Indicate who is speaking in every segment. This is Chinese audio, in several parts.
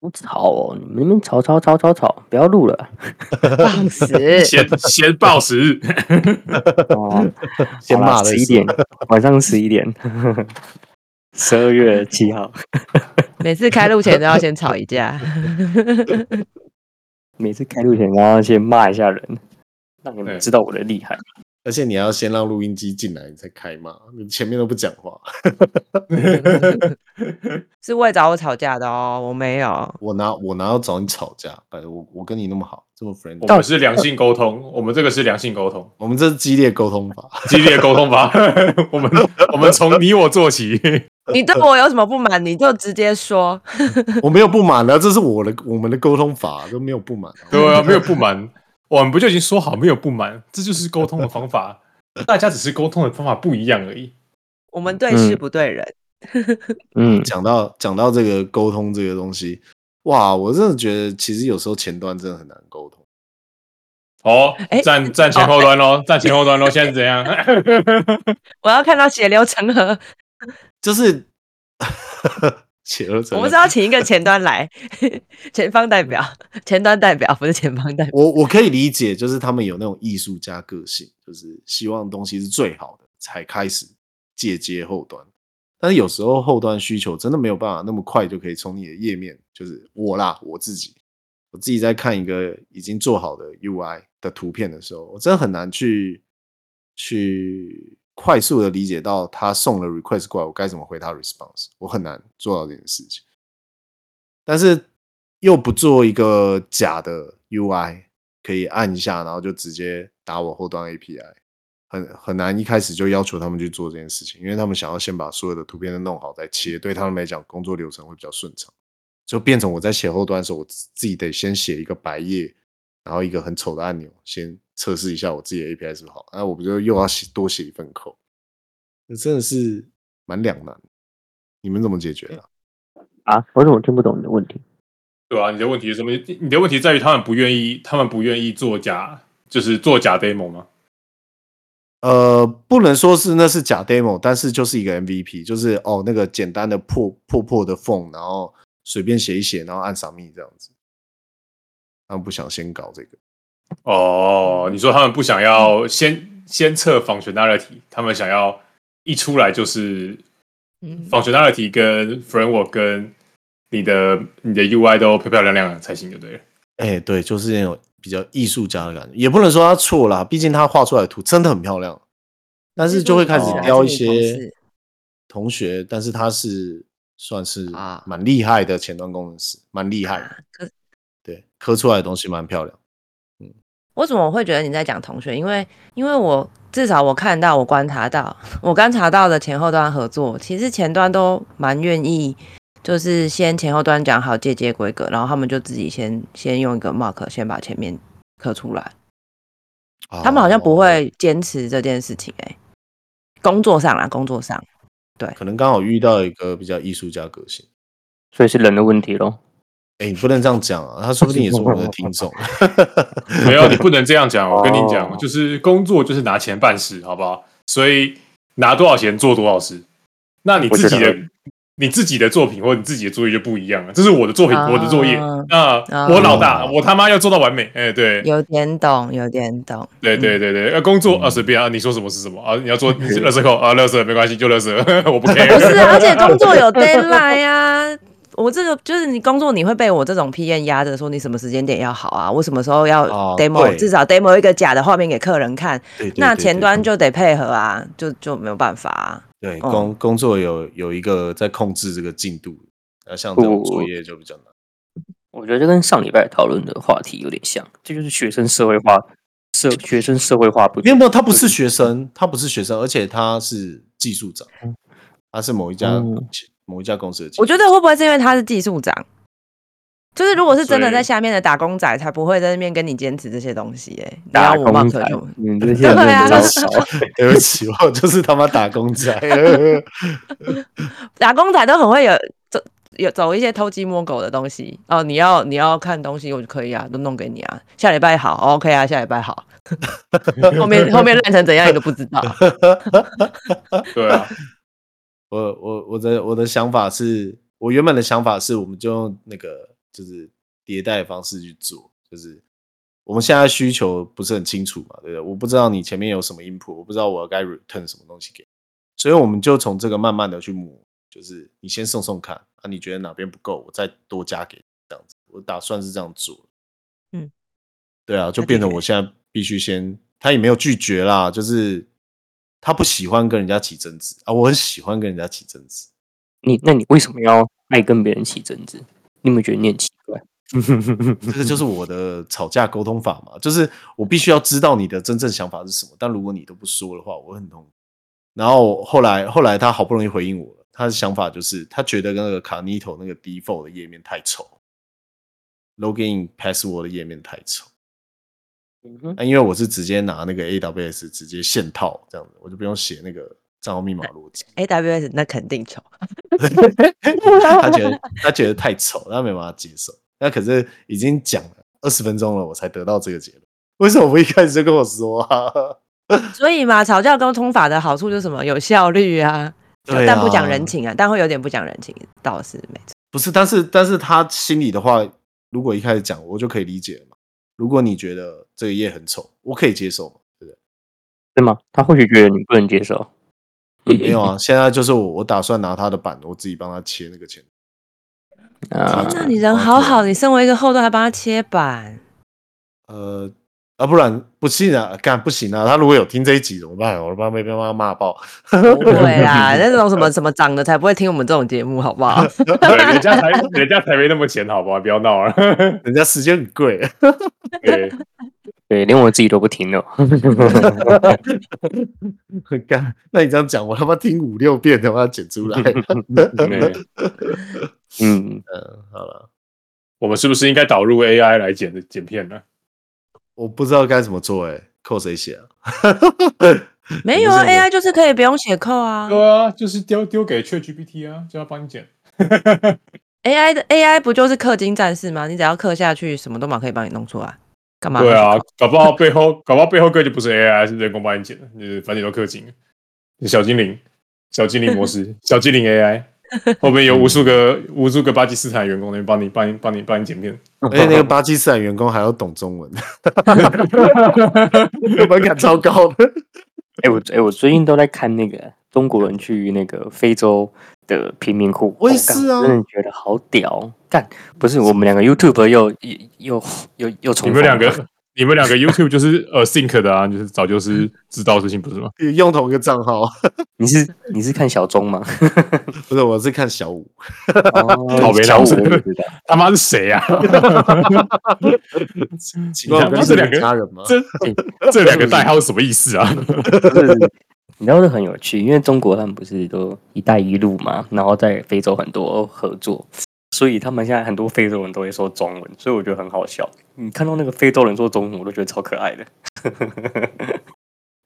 Speaker 1: 好吵哦！你们那边吵吵吵吵吵，不要录 了。
Speaker 2: 放肆
Speaker 3: 闲闲报时，
Speaker 1: 哦，
Speaker 4: 先骂了
Speaker 1: 十一点，晚上十一点， 十二月七号，
Speaker 2: 每次开录前都要先吵一 架。
Speaker 1: 每次开录前然后先骂一下人，让你们
Speaker 3: 对
Speaker 1: 知道我的厉害。
Speaker 4: 而且你要先让录音机进来，你才开嘛。你前面都不讲话，
Speaker 2: 是为找我吵架的哦，我没 有。
Speaker 4: 我哪我哪要找你吵架？拜托，我我跟你那么好，这么 friend，
Speaker 3: 我们是良性沟通，我们这个是良性沟通，
Speaker 4: 我们这是激烈沟通法。
Speaker 3: 激烈沟通吧。 我们我们从你我做起，
Speaker 2: 你对我有什么不满，你就直接说。
Speaker 4: 我没有不满啊的，这是我的我们的沟通法啊都没有不满。
Speaker 3: 对啊，没有不满，我们不就已经说好没有不满，这就是沟通的方法，大家只是沟通的方法不一样而已。
Speaker 2: 我们对事
Speaker 1: 嗯
Speaker 2: 不对人。
Speaker 1: 嗯，
Speaker 4: 讲到讲到这个沟通这个东西，哇，我真的觉得其实有时候前端真的很难沟通。
Speaker 3: 哦
Speaker 2: 哎，
Speaker 3: 站站前后端喽，站前后端喽，现在是怎样？
Speaker 2: 我要看到血流成河，
Speaker 4: 就是 企鹅
Speaker 2: 我
Speaker 4: 城，
Speaker 2: 们是要请一个前端来， 前方代表，前端代表不是前方代表。
Speaker 4: 我我可以理解，就是他们有那种艺术家个性，就是希望东西是最好的才开始借接后端。但是有时候后端需求真的没有办法那么快就可以从你的页面，就是我啦，我自己，我自己在看一个已经做好的 UI 的图片的时候，我真的很难去去快速的理解到他送了 request 过来，我该怎么回他 response，我很难做到这件事情。但是又不做一个假的 UI，可以按一下，然后就直接打我后端 API，很很难一开始就要求他们去做这件事情，因为他们想要先把所有的图片都弄好再切，对他们来讲工作流程会比较顺畅，就变成我在写后端的时候，我自自己得先写一个白页，然后一个很丑的按钮，先测试一下我自己的 API 是不是好，那我不就又要写多写一份扣，那真的是蛮两难。你们怎么解决的、
Speaker 1: 啊，我怎么听不懂你的问题？
Speaker 3: 对啊，你的问题是什么？你你的问题在于他们不愿意，他们不愿意做假，就是做假 demo 吗？
Speaker 4: 呃，不能说是那是假 demo，但是就是一个 MVP，就是哦那个简单的破破破的缝，然后随便写一写，然后按 submit 这样子。他们不想先搞这个，
Speaker 3: 哦，你说他们不想要先先测 functionality，他们想要一出来就是
Speaker 2: 嗯，
Speaker 3: functionality 跟 framework 跟你的你的 UI 都漂漂亮亮的才行，就对了。
Speaker 4: 哎、对，就是那种比较艺术家的感觉，也不能说他错啦，毕竟他画出来的图真的很漂亮，但是就会开始
Speaker 1: 是你
Speaker 4: 雕一
Speaker 2: 同
Speaker 4: 些
Speaker 2: 事
Speaker 4: 同学，但是他是算是
Speaker 2: 啊
Speaker 4: 蛮厉害的前端工程师，蛮厉害的，
Speaker 2: 可
Speaker 4: 对，刻出来的东西蛮漂亮。
Speaker 2: 我怎么会觉得你在讲同学？因为因为我至少我看到，我观察到， 我观察到的前后端合作，其实前端都蛮愿意，就是先前后端讲好借接规格，然后他们就自己先先用一个 mark 先把前面刻出来。他们好像不
Speaker 4: 哦
Speaker 2: 会坚持这件事情、欸，工作上啦，工作上，
Speaker 4: 可能刚好遇到一个比较艺术家个性。
Speaker 1: 所以是人的问题喽。
Speaker 4: 哎、你不能这样讲啊，他说不定也是我们的听众。
Speaker 3: 没有，你不能这样讲。我跟你
Speaker 1: 哦
Speaker 3: 讲，就是工作就是拿钱办事，好不好？所以拿多少钱做多少事。那你自己
Speaker 1: 我
Speaker 3: 的
Speaker 1: 觉
Speaker 3: 你自己的作品或你自己的作业就不一样了。这是我的作品，
Speaker 2: 啊
Speaker 3: 我的作业。那
Speaker 2: 啊嗯
Speaker 3: 我老大，我他妈要做到完美。哎，对，
Speaker 2: 有点懂，有点懂。
Speaker 3: 对对对对，要工
Speaker 2: 嗯
Speaker 3: 作啊，随便啊，你说什么是什么啊？你要 做你是垃圾扣啊，垃圾没关系，就垃圾， 我不 care。
Speaker 2: 不是啊，而且工作有 deadline 啊。我这个就是你工作，你会被我这种 P N 压着，说你什么时间点要好啊，我什么时候要
Speaker 4: 哦
Speaker 2: demo，、
Speaker 4: 对
Speaker 2: 至少 demo 一个假的画面给客人看，
Speaker 4: 对对
Speaker 2: 那
Speaker 4: 对
Speaker 2: 前
Speaker 4: 对
Speaker 2: 端就得配合啊，就就没有办法啊。
Speaker 4: 对
Speaker 2: 哦
Speaker 4: 工工作有有一个在控制这个进度，那像这种
Speaker 1: 不
Speaker 4: 作业就比较难。
Speaker 1: 我觉得这跟上礼拜讨论的话题有点像，这就是学生社会化，社学生社会化不
Speaker 4: 没有没有，他不嗯是学生，他不是学生，而且他是技术长，他是某一家
Speaker 1: 嗯
Speaker 4: 前某一家公司的技术。
Speaker 2: 我觉得会不会是因为他是技术长？就是如果是真的
Speaker 3: 所以
Speaker 2: 在下面的打工仔，才不会在那边跟你坚持这些东西、欸。哎，
Speaker 1: 打
Speaker 2: 你要我冒
Speaker 1: 工
Speaker 2: 可
Speaker 1: 仔
Speaker 2: 就，
Speaker 1: 你们这些人真的比较少。
Speaker 4: 对不起，我就是他妈打工仔。
Speaker 2: 打工仔都很会有走有走一些偷鸡摸狗的东西哦。你要你要看东西，我就可以啊，都弄给你啊。下礼拜好、哦、，OK 啊，下礼拜 好。后面后面烂成怎样你都不知道。
Speaker 3: 对啊，
Speaker 4: 我我我的我的想法是，我原本的想法是，我们就用那个就是迭代的方式去做，就是我们现在需求不是很清楚嘛，对不对？我不知道你前面有什么 input，我不知道我该 return 什么东西给你，所以我们就从这个慢慢的去磨，就是你先送送看啊，你觉得哪边不够，我再多加给你这样子。我打算是这样做。
Speaker 2: 嗯，
Speaker 4: 对啊，就
Speaker 2: 那的
Speaker 4: 变成
Speaker 2: 确
Speaker 4: 我现在必须先，他也没有拒绝啦，就是他不喜欢跟人家起争执啊，我很喜欢跟人家起争执。
Speaker 1: 你那你为什么要爱跟别人起争执？你有没有觉得你很奇 怪？
Speaker 4: 这个就是我的吵架沟通法嘛，就是我必须要知道你的真正想法是什么，但如果你都不说的话，我会很痛苦。然后后来后来他好不容易回应我了，他的想法就是他觉得那个卡尼头那个 default 的页面太丑，login password 的页面太丑。
Speaker 1: 嗯哼
Speaker 4: 那因为我是直接拿那个 AWS 直接现套这样子，我就不用写那个账号密码逻辑。
Speaker 2: 哎 AWS 那肯定丑，
Speaker 4: 他觉得他觉得太丑，他没办法接受。那可是已经讲了二十分钟了，我才得到这个结论。为什么不一开始就跟我说啊？
Speaker 2: 所以嘛，吵架沟通法的好处就是什么？有效率啊，
Speaker 4: 对啊
Speaker 2: 但不讲人情啊，但会有点不讲人情，倒是没错。
Speaker 4: 不是，但是但是他心里的话，如果一开始讲，我就可以理解了嘛。如果你觉得这个页很丑，我可以接受嘛，对不
Speaker 1: 对吗？他或许觉得你不能接受。
Speaker 4: 对？没有 啊，现在就是我，我打算拿他的版，我自己帮他切那个钱。
Speaker 1: 啊
Speaker 4: 天
Speaker 2: 那
Speaker 4: 哪
Speaker 2: 你人
Speaker 4: 哦
Speaker 2: 好好，
Speaker 4: 对
Speaker 2: 你身为一个后端还帮他切板，
Speaker 4: 呃，啊，不然不信啊，干不行啊！他如果有听这一集怎么办？我怕被被妈骂爆。
Speaker 2: 不会啦，那种什么什么长的才不会听我们这种节目，好不 好？
Speaker 3: 对，人家才 人家才没那么闲，好不好？不要闹了。啊
Speaker 4: 人家时间很贵，
Speaker 3: 对，
Speaker 1: 对，连我自己都不听哦了。
Speaker 4: 很干。那你这样讲，我他妈听五六遍，他妈剪出来。
Speaker 3: 对
Speaker 1: 嗯，
Speaker 4: 嗯，好了，
Speaker 3: 我们是不是应该导入 AI 来剪剪片呢？
Speaker 4: 我不知道该怎么做、欸，哎，扣谁 写啊？
Speaker 2: 没有啊
Speaker 4: 不是我
Speaker 2: ，AI 就是可以不用写扣啊
Speaker 3: 对啊，就是丢丢给 ChatGPT 啊，叫他帮你剪。
Speaker 2: ，AI 的 AI 不就是氪金战士吗？你只要氪下去，什么都嘛可以帮你弄出来，干嘛？
Speaker 3: 对啊，，搞不好背后搞不好背后根本就不是 AI，是人工帮你剪的，就是反正都氪金，小精灵，小精灵模 式，小精灵 AI。后面有无数个 无数个巴基斯坦员工在那边帮你帮你帮你帮你剪片，
Speaker 4: 而且那个巴基斯坦员工还要懂中文， 门槛超高的。
Speaker 1: 哎、我哎、我最近都在看那个中国人去那个非洲的贫民窟，
Speaker 4: 我也
Speaker 1: 哦干
Speaker 4: 是啊
Speaker 1: 真的觉得好屌。干，不是我们两个 YouTube 又又又又重
Speaker 3: 你们两个你们两个 YouTube 就是呃 Think 的啊，就是早就是知道的事情不是吗？
Speaker 4: 也用同一个账号，
Speaker 1: 你是你是看小 钟吗？
Speaker 4: 不是，我是看小五。
Speaker 1: 哦
Speaker 3: 北
Speaker 1: 小
Speaker 3: 老
Speaker 1: 五
Speaker 3: 师
Speaker 1: 我也知道，
Speaker 3: 他妈是谁啊？
Speaker 4: 请问我跟
Speaker 3: 这两
Speaker 4: 家
Speaker 3: 个
Speaker 4: 人吗？
Speaker 3: 这这两个代号是什么意思啊？
Speaker 1: 不是你知道这很有趣，因为中国他们不是都“一带一路”嘛，然后在非洲很多合作，所以他们现在很多非洲人都会说中文，所以我觉得很好笑。你看到那个非洲人说中文，我都觉得超可爱的。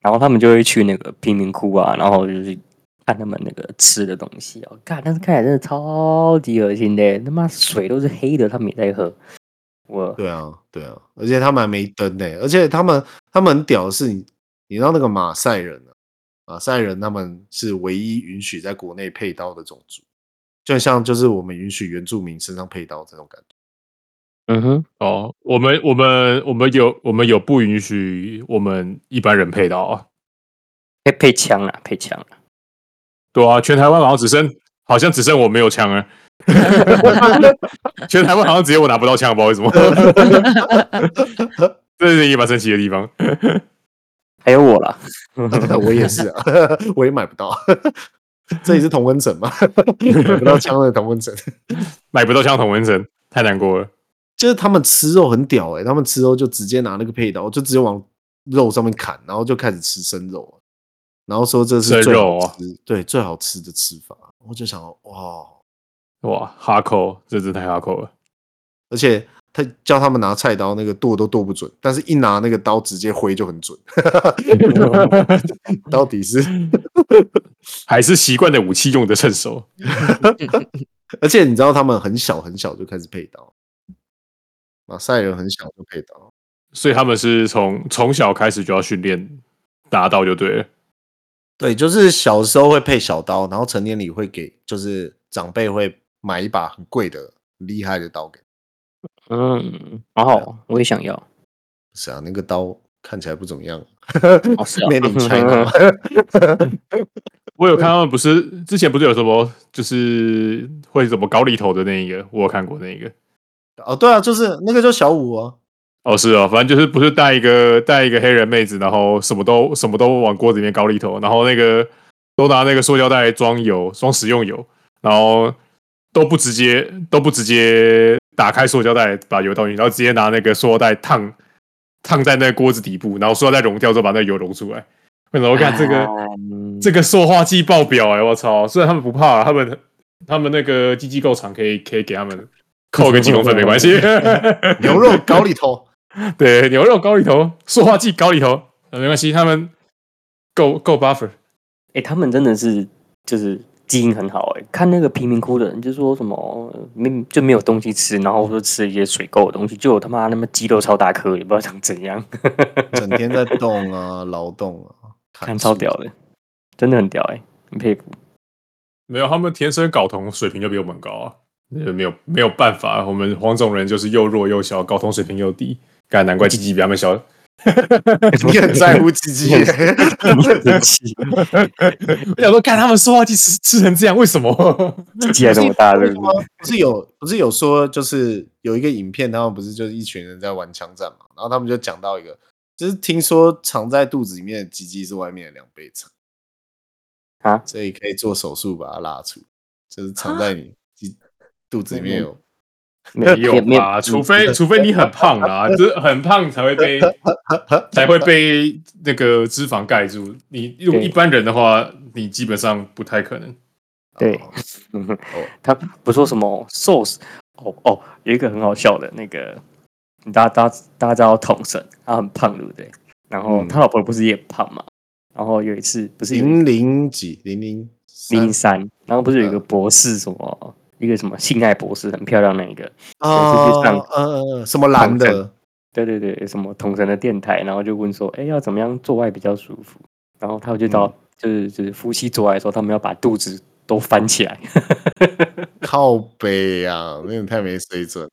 Speaker 1: 然后他们就会去那个贫民窟啊，然后就是看他们那个吃的东西啊，干，但是看起来真的超级恶心的，他妈水都是黑的，他们也在喝。我
Speaker 4: 对啊，对啊，而且他们还没登呢、而且他们他们很屌的是你，你知道那个马赛人啊，马赛人他们是唯一允许在国内配刀的种族，就很像就是我们允许原住民身上配刀这种感觉。
Speaker 1: 嗯哼，
Speaker 3: 哦，我们我们我们有我们有不允许我们一般人配到啊？
Speaker 1: 配配枪啊，配枪啊，
Speaker 3: 对啊，全台湾好像只剩好像只剩我没有枪了。 全台湾好像只有我拿不到枪，不知道为什么， 这是一个蛮神奇的地方。
Speaker 1: 还有我啦。
Speaker 4: 我也是啊，我也买不到， 这里是同温层嘛，买 不到枪的同温层。
Speaker 3: 买不到枪，同文层太难过了。
Speaker 4: 就是他们吃肉很屌哎、他们吃肉就直接拿那个配刀，就直接往肉上面砍，然后就开始吃生肉，然后说这是
Speaker 3: 生
Speaker 4: 最
Speaker 3: 肉
Speaker 4: 好
Speaker 3: 啊
Speaker 4: 吃对最好吃的吃法，我就想到哇，
Speaker 3: 哇，哈扣，这真太哈扣了。
Speaker 4: 而且他叫他们拿菜刀，那个剁都剁不准，但是一拿那个刀直接挥就很准。 到底 是，
Speaker 3: 还是习惯的武器用的趁手，
Speaker 4: 而且你知道他们很小很小就开始配刀，马赛人很小就配刀，
Speaker 3: 所以他们是从从小开始就要训练打到就对了。
Speaker 4: 对，就是小时候会配小刀，然后成年礼会给，就是长辈会买一把很贵的、很厉害的刀给。
Speaker 1: 嗯，好
Speaker 3: 啊
Speaker 1: 好，我 也想要。
Speaker 4: 不是啊，那个刀看起来不怎么样。
Speaker 1: 哦，是啊
Speaker 4: Made in China 嘛
Speaker 3: 我有看他们不是之前不是有什么就是会怎么搞里头的那一个，我有看过那一个。
Speaker 4: 哦，对啊，就是那个叫小五啊。
Speaker 3: 哦，是哦，反正就是不是带一个带一个黑人妹子，然后什么都什么都往锅子里面搞里头，然后那个都拿那个塑胶袋装油，装食用油，然后都不直接都不直接打开塑胶袋把油倒进去，然后直接拿那个塑胶袋烫烫在那个锅子底部，然后塑胶袋融掉之后把那个油融出来。为什么我看这个、
Speaker 1: 嗯
Speaker 3: 这个塑化剂爆表哎、我操！虽然他们不怕、他们他们那个鸡鸡够长，可以可以给他们扣个几公分没关系。
Speaker 4: 牛肉搞里头，
Speaker 3: 对，牛肉高里头，塑化剂高里头，呃没关系，他们够够 buffer。
Speaker 1: 哎、他们真的是就是基因很好哎、看那个贫民窟的人，就说什么呃没就没有东西吃，然后说吃一些水垢的东西，就有他妈那么肌肉超大颗，也不知道长怎 样，
Speaker 4: 整天在动啊，劳动啊，
Speaker 1: 看超屌的，真的很屌哎、很 佩服。
Speaker 3: 没有，他们天生睾酮水平就比我们高啊，呃没有没有办法，我们黄种人就是又弱又小，睾酮水平又低，干难怪鸡鸡比他们小。
Speaker 4: 你很 在乎鸡鸡，
Speaker 1: 很气，
Speaker 3: 我想说，看他们塑化剂吃吃成这样，为什么？
Speaker 1: 自己还这么大，对不对？
Speaker 4: 不是有不是有说，就是有一个影片，他们不是就是一群人在玩枪战嘛，然后他们就讲到一个，就是听说藏在肚子里面的鸡鸡是外面的两倍长
Speaker 1: 啊
Speaker 4: 所以可以做手术把它拉出，就是藏在你鸡肚子里面有。
Speaker 1: 啊没
Speaker 3: 没有吧？除非除非你很胖啦，这很胖才会被才会被那个脂肪盖住。你如果一
Speaker 1: 对
Speaker 3: 般人的话，你基本上不太可能。
Speaker 1: 对
Speaker 4: 哦，
Speaker 1: 他不说什么瘦死哦哦，有一个很好笑的那个，大家大家大家知道统神，他很胖对不对？然后
Speaker 4: 嗯
Speaker 1: 他老婆不是也很胖嘛？然后有一次不是有一
Speaker 4: 零零几零零
Speaker 1: 零
Speaker 4: 三
Speaker 1: 零三，然后不是有一个博士什么一个什么性爱博士很漂亮那一个，
Speaker 4: 啊
Speaker 1: 就是上
Speaker 4: 呃什么蓝
Speaker 1: 防
Speaker 4: 的，
Speaker 1: 对对对，什么统神的电台，然后就问说，哎，要怎么样做爱比较舒服？然后他们就到、就是就是夫妻做爱的时候，他们要把肚子都翻起来，
Speaker 4: 靠背啊，那个太没水准。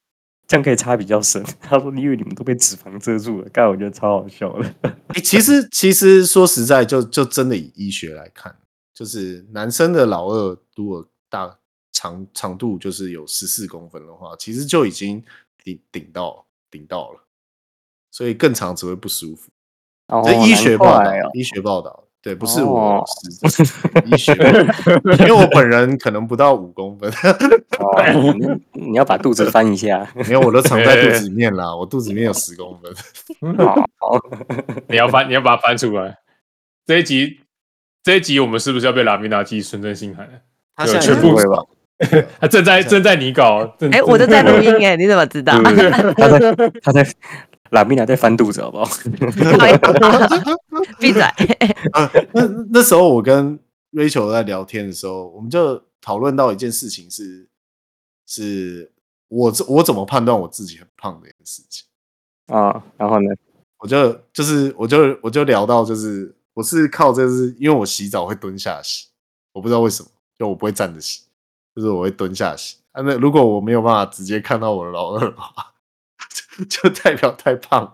Speaker 1: 这样可以插比较深。他说，因为你们都被脂肪遮住了，干我觉得超好笑的。
Speaker 4: 欸，其实其实说实在就，就真的以医学来看，就是男生的老二如果大长长度就是有十四公分的话，其实就已经顶顶到顶到了，所以更长只会不舒服。
Speaker 1: 哦
Speaker 4: 这医学报道
Speaker 1: 难怪，哦
Speaker 4: 医学报道，对，不是我
Speaker 1: 哦
Speaker 4: 实证医学，因为我本人可能不到五公分，
Speaker 1: 哦， 你你要把肚子翻一下。
Speaker 4: 没有，我都藏在肚子里面啦，我肚子里面有十公分。
Speaker 1: 哦
Speaker 3: 你要翻，你要把它翻出来。这一集，这一集我们是不是要被拉米娜寄孙正信函了？
Speaker 4: 他
Speaker 3: 对
Speaker 4: 现在
Speaker 3: 全
Speaker 4: 就
Speaker 3: 部
Speaker 4: 是
Speaker 1: 吧
Speaker 3: 他正在正在你搞，正
Speaker 2: 哎，我都在录音哎，你怎么知道？
Speaker 1: 对对 对他在他在拉米娜在翻肚子，好不好？
Speaker 2: 闭嘴！
Speaker 4: 啊，那那时候我跟 Rachel 在聊天的时候，我们就讨论到一件事情是，是我怎我怎么判断我自己很胖的一件事情。
Speaker 1: 啊，然后呢？
Speaker 4: 我就就是我就我就聊到就是我是靠就是因为我洗澡会蹲下洗，我不知道为什么，就我不会站着洗，就是我会蹲下洗。啊，那如果我没有办法直接看到我的老二的话， 就就代表太胖了。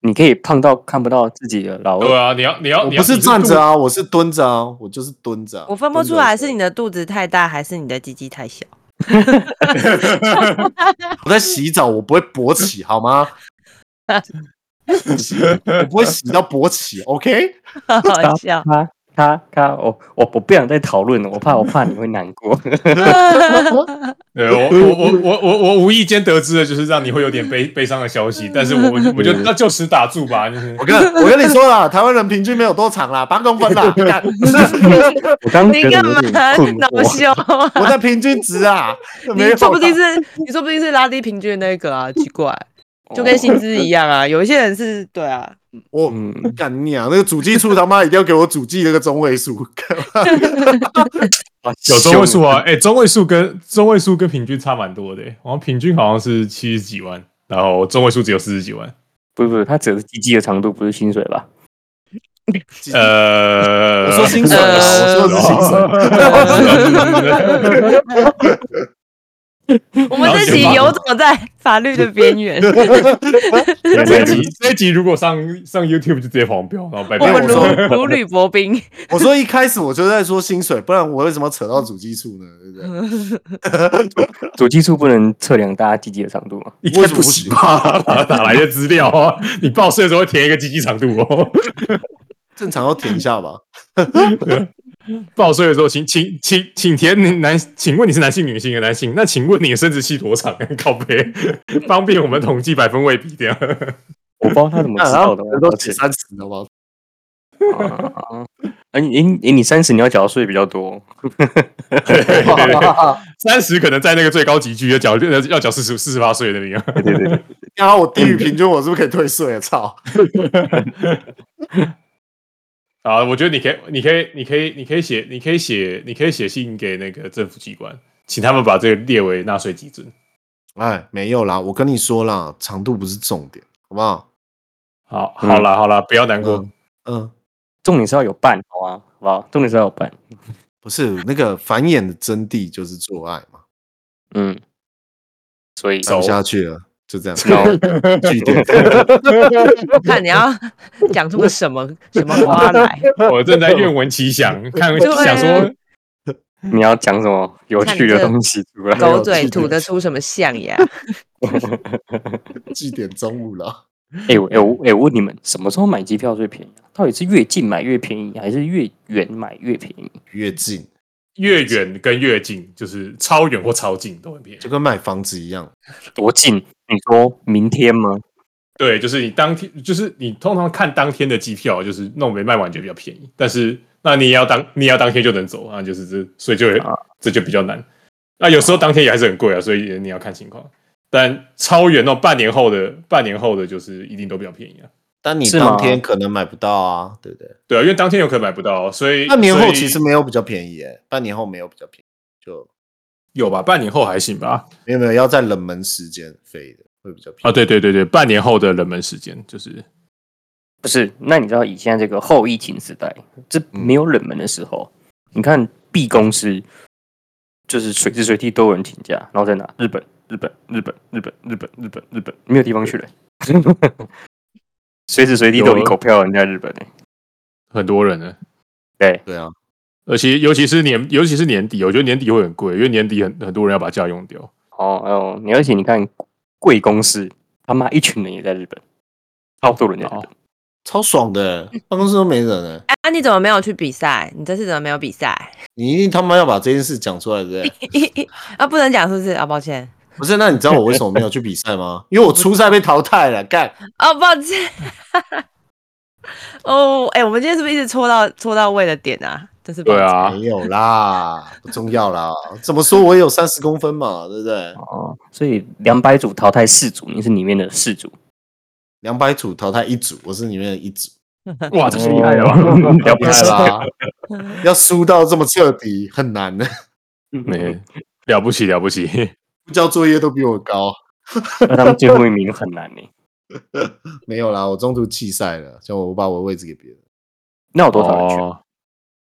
Speaker 1: 你可以胖到看不到自己的老
Speaker 3: 对
Speaker 1: 二，
Speaker 3: 啊，你要你要
Speaker 4: 我
Speaker 3: 你
Speaker 4: 不
Speaker 3: 要
Speaker 4: 是站着，啊，我是蹲着啊，我就是蹲着啊、
Speaker 2: 我分不
Speaker 4: 蹲
Speaker 2: 出
Speaker 4: 着
Speaker 2: 来
Speaker 4: 的时
Speaker 2: 是
Speaker 4: 候
Speaker 2: 你的肚子太大还是你的鸡鸡太小。
Speaker 4: 我在洗澡，我不会勃起，好吗？我不会洗到勃起，OK？
Speaker 2: 好笑，
Speaker 1: 他他他我我我不想再讨论了，我怕我怕你会难过。
Speaker 3: 对 我我我我我我无意间得知的就是让你会有点悲悲伤的消息，但是我们 我就那就此打住吧。就是
Speaker 4: 我跟我跟你说 啦，台湾人平均没有多长啦，八公分啦，干
Speaker 1: 我刚刚
Speaker 2: 你
Speaker 1: 觉得
Speaker 2: 干
Speaker 1: 有
Speaker 2: 嘛
Speaker 1: 点困
Speaker 2: 恼
Speaker 1: 惑，
Speaker 2: 羞啊？
Speaker 4: 我在平均值 啊，没
Speaker 2: 你
Speaker 4: 有
Speaker 2: 说不定
Speaker 4: 啦
Speaker 2: 是你说不定是拉低平均的那个啊，奇怪，
Speaker 1: 哦
Speaker 2: 就跟薪资一样啊。有一些人是对啊，
Speaker 4: 我
Speaker 1: 嗯，
Speaker 4: 干你啊！那个主计处他妈一定要给我主计那个中位数，干嘛
Speaker 3: 有中位数啊，哎、中位数跟中位数跟平均差蛮多的、欸，好像平均好像是七十几万，然后中位数只有四十几万。
Speaker 1: 不不，他只是鸡鸡的长度，不是薪水吧？
Speaker 3: 呃，
Speaker 4: 我说薪水啊，
Speaker 1: 哦
Speaker 2: 呃
Speaker 4: 我说的是薪水。
Speaker 2: 我们这集游走在法律的边缘。
Speaker 3: 这一集这一集如果上上 YouTube 就直接黄标，然后拜
Speaker 2: 我
Speaker 3: 拜。
Speaker 2: 们
Speaker 4: 如
Speaker 2: 如如履薄冰，
Speaker 4: 我说一开始我就在说薪水，不然我为什么扯到主计处呢？对不对？
Speaker 1: 主基数不能测量大家鸡鸡的长度吗？
Speaker 3: 一
Speaker 4: 为
Speaker 3: 看
Speaker 4: 什么
Speaker 3: 不行吧？哪来的资料啊？你报税的时候会填一个积极长度哦。
Speaker 4: 正常要填一下吧。
Speaker 3: 报税的时候，请请请请填男，请问你是男性、女性的男性？那请问你的生殖器多长？ 靠背，方便我们统计百分位比这样。
Speaker 1: 我不知道他怎么知道的。
Speaker 4: 人都写三十了 吗？
Speaker 1: 啊，哎你你你三十你要缴的税比较多，
Speaker 3: 三十可能在那个最高级区要缴要要缴四十四十八岁的那个。
Speaker 1: 对对对，
Speaker 4: 然后我低于平均，我是不是可以退税啊？操！
Speaker 3: 啊，我觉得你可以，你可以，你可以，你可以写，你可以写，你可以写信给那个政府机关，请他们把这个列为纳税基准。
Speaker 4: 哎，没有啦，我跟你说啦，长度不是重点，好不好？
Speaker 3: 好，好啦，好啦，不要难过。
Speaker 4: 嗯嗯，
Speaker 1: 重点是要有伴，好啊，好不好？重点是要有伴，
Speaker 4: 不是那个繁衍的真谛就是做爱嘛，
Speaker 1: 嗯，所以
Speaker 4: 走不下去了，就这样。
Speaker 1: No
Speaker 4: 据点，
Speaker 2: 我看你要讲出个什么什么话 来，
Speaker 4: 嗯
Speaker 3: 我正在愿闻 其详，看
Speaker 2: 对啊
Speaker 3: 想说
Speaker 1: 你要讲什么有趣的东西出来？
Speaker 2: 狗嘴吐得出什么象牙？
Speaker 4: 据点中午了。
Speaker 1: 哎我哎我哎我问你们，什么时候买机票最便宜啊？到底是越近买越便宜，还是越远买越便宜？
Speaker 4: 越近
Speaker 3: 越远跟越近，就是超远或超近都很便宜
Speaker 4: 就。跟买房子一样，
Speaker 1: 多近？你说明天吗？
Speaker 3: 对，就是你当天，就是你通常看当天的机票，就是那种没卖完就比较便宜。但是那你也要当你也要当天就能走啊，就是这，所以就会、
Speaker 1: 啊
Speaker 3: 这就比较难。那有时候当天也还是很贵啊，所以也你要看情况。但超远那种半年后的半年后的，就是一定都比较便宜啊。
Speaker 4: 但你
Speaker 1: 是吗
Speaker 4: 当天可能买不到啊，对不对？
Speaker 3: 对啊，因为当天有可能买不到，哦所以
Speaker 4: 半年
Speaker 3: 所
Speaker 4: 后
Speaker 3: 以
Speaker 4: 其实没有比较便宜、欸，半年后没有比较便宜，就
Speaker 3: 有吧，半年后还行吧。
Speaker 4: 没有没有要在冷门时间飞的会比较便宜
Speaker 3: 啊，对对对对，半年后的冷门时间就是
Speaker 1: 不是，那你知道以现在这个后疫情时代，这没有冷门的时候，你看 B 公司就是随时随地都有人请假，然后在哪？日本，日本，日本，日本，日本，日本，日本，没有地方去了， 随时随地都有一口票人在日本呢、欸
Speaker 3: 很多人呢。
Speaker 1: 对，
Speaker 4: 对啊，
Speaker 3: 而且尤其是年，尤其是年底，我觉得年底会很贵，因为年底很很多人要把假用掉。
Speaker 1: 哦，哎呦，你而且你看贵公司，他妈一群人也在日本，超多人在日本。
Speaker 3: 哦
Speaker 4: 超爽的、欸，办公室都没人哎、
Speaker 2: 啊，你怎么没有去比赛？你这次怎么没有比赛？
Speaker 4: 你一定他妈要把这件事讲出来，对不对？
Speaker 2: 啊，不能讲是不是？啊，抱歉，
Speaker 4: 不是，那你知道我为什么没有去比赛吗？ 因为我初赛被淘汰了，干
Speaker 2: 啊，抱歉。 哦，哎、我们今天是不是一直戳到戳到位的点啊？真是抱
Speaker 3: 对
Speaker 2: 歉，
Speaker 3: 啊，
Speaker 4: 没有啦，不重要啦。怎么说我也有三十公分嘛，对不对？
Speaker 1: 哦，所以两百组淘汰四组，你是里面的四组，
Speaker 4: 两百组淘汰一组，我是里面的一组，
Speaker 3: 哇，这是厉害了吧？
Speaker 1: 啊 了不
Speaker 4: 厉害
Speaker 1: 起
Speaker 4: 啦！要输到这么彻底很难的，
Speaker 3: 没了不起了不起，
Speaker 4: 不交作业都比我高。
Speaker 1: 那他们最后一名很难呢、欸
Speaker 4: 没有啦，我中途弃赛了，叫我把我位置给别人。
Speaker 1: 那有多少人去？
Speaker 3: 哦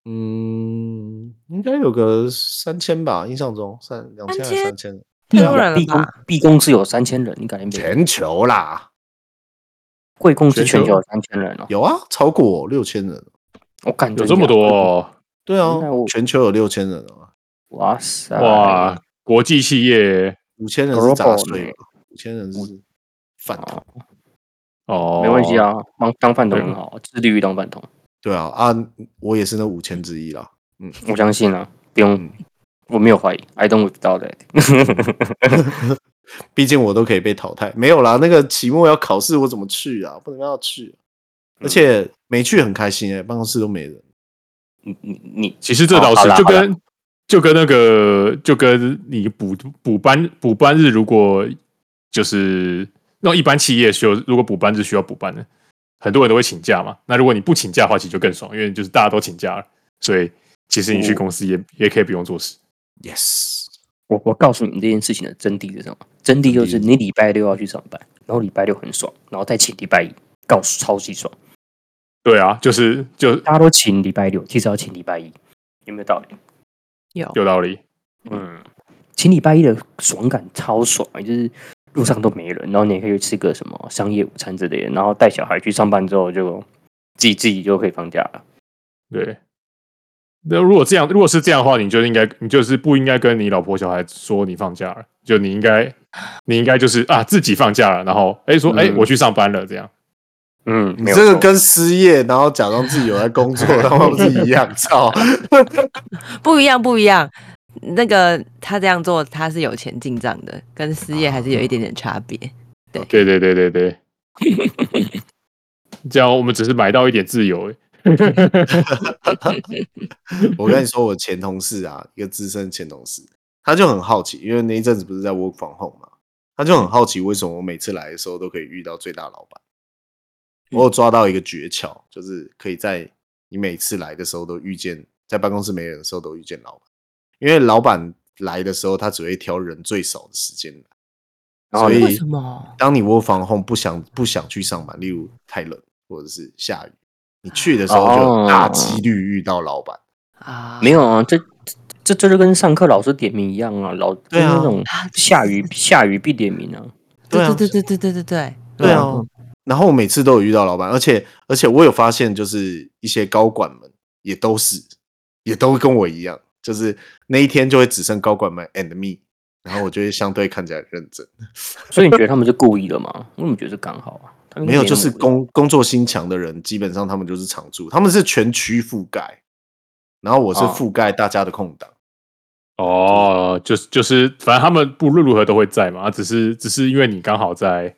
Speaker 4: 嗯，应该有个三千吧，印象中三两千还是三千？
Speaker 2: 太多人了
Speaker 1: B 啊公
Speaker 2: 吧？
Speaker 1: B 公司有三千人，你感觉没有？
Speaker 4: 全球啦，
Speaker 1: 贵公司
Speaker 3: 全
Speaker 1: 全
Speaker 3: 球
Speaker 1: 球有三千人哦，
Speaker 4: 有啊，超过六千人。
Speaker 1: 我感觉
Speaker 3: 有这么多哦、
Speaker 4: 对啊
Speaker 1: 那我，
Speaker 4: 全球有六千人啊，
Speaker 1: 哇塞！哦
Speaker 3: 哇！国际企业
Speaker 4: 五千人是杂
Speaker 1: Global
Speaker 4: 碎
Speaker 1: 呢
Speaker 4: 吧，五千人是饭桶。
Speaker 3: 哦，
Speaker 1: 啊没关系，啊，当当饭桶很好，自律当饭桶。
Speaker 4: 对啊啊，我也是那五千之一啦。
Speaker 1: 我相信啊，不用，
Speaker 3: 嗯
Speaker 1: 我没有怀疑，I don't doubt that。
Speaker 4: 毕竟我都可以被淘汰，没有啦。那个期末要考试，我怎么去啊？不能要去、
Speaker 1: 嗯
Speaker 4: 而且没去很开心哎、办公室都没人。
Speaker 1: 你 你你，
Speaker 3: 其实这倒
Speaker 1: 哦好
Speaker 3: 是
Speaker 1: 啦
Speaker 3: 就跟就跟那个就跟你补补班补班日，如果就是那种一般企业需要，如果补班日需要补班的，很多人都会请假嘛。那如果你不请假的话，其实就更爽，因为就是大家都请假了，所以其实你
Speaker 1: 哦
Speaker 3: 去公司也、也可以不用做事。
Speaker 4: Yes，
Speaker 1: 我我告诉你们这件事情的真谛是什么？真谛就是你礼拜六要去上班，然后礼拜六很爽，然后再请礼拜一，告诉超级爽。
Speaker 3: 对啊，就是就
Speaker 1: 大家都请礼拜六，其实要请礼拜一，有没有道理？
Speaker 2: 有
Speaker 3: 有道理。
Speaker 1: 嗯，请礼拜一的爽感超爽、欸就是路上都没人，然后你也可以去吃个什么商业午餐之类的，然后带小孩去上班之后就自己自己就可以放假了。
Speaker 3: 对。那如果这样，如果是这样的话，你就应该，你就是不应该跟你老婆小孩说你放假了，就你应该，你应该就是啊自己放假了，然后哎说哎、
Speaker 1: 嗯
Speaker 3: 我去上班了，这样
Speaker 1: 嗯，
Speaker 4: 你
Speaker 1: 没有
Speaker 4: 这个
Speaker 1: 错
Speaker 4: 跟失业，然后假装自己有在工 作，他妈不是一样？操！
Speaker 2: 不一样，不一样。那个他这样做，他是有钱进账的，跟失业还是有一点点差别。
Speaker 3: 对对对对 对，这样我们只是买到一点自由、
Speaker 4: 我跟你说，我前同事啊，一个资深前同事，他就很好奇，因为那一阵子不是在 work from home 嘛，他就很好奇为什么我每次来的时候都可以遇到最大老板。我有抓到一个诀窍，就是可以在你每次来的时候都遇见，在办公室没人的时候都遇见老板，因为老板来的时候他只会挑人最少的时间来，
Speaker 1: 啊然后
Speaker 4: 所
Speaker 1: 呢
Speaker 4: 以
Speaker 2: 为什么？
Speaker 4: 当你窝房后不想不想去上班，例如太冷或者是下雨，你去的时候就大几率遇到老板。
Speaker 2: 啊，
Speaker 1: 没有啊，这这这就跟上课老师点名一样啊，老
Speaker 4: 对啊
Speaker 1: 就是那种下雨下雨必点名啊。
Speaker 4: 对啊
Speaker 2: 对对对对对对对，
Speaker 4: 对
Speaker 1: 对啊
Speaker 4: 啊，然后我每次都有遇到老板，而且而且我有发现，就是一些高管们也都是，也都跟我一样，就是那一天就会只剩高管们 and me，然后我就会相对看起来很认真，
Speaker 1: 所以你觉得他们是故意的吗？ 我怎么觉得是刚好啊？他们
Speaker 4: 没有
Speaker 1: 那
Speaker 4: 就
Speaker 1: 种
Speaker 4: 是工工作心强的人，基本上他们就是常驻，他们是全区覆盖，然后我是
Speaker 1: 哦
Speaker 4: 覆盖大家的空档。
Speaker 3: 哦，就是就是，反正他们不论如何都会在嘛，啊只是只是因为你刚好在，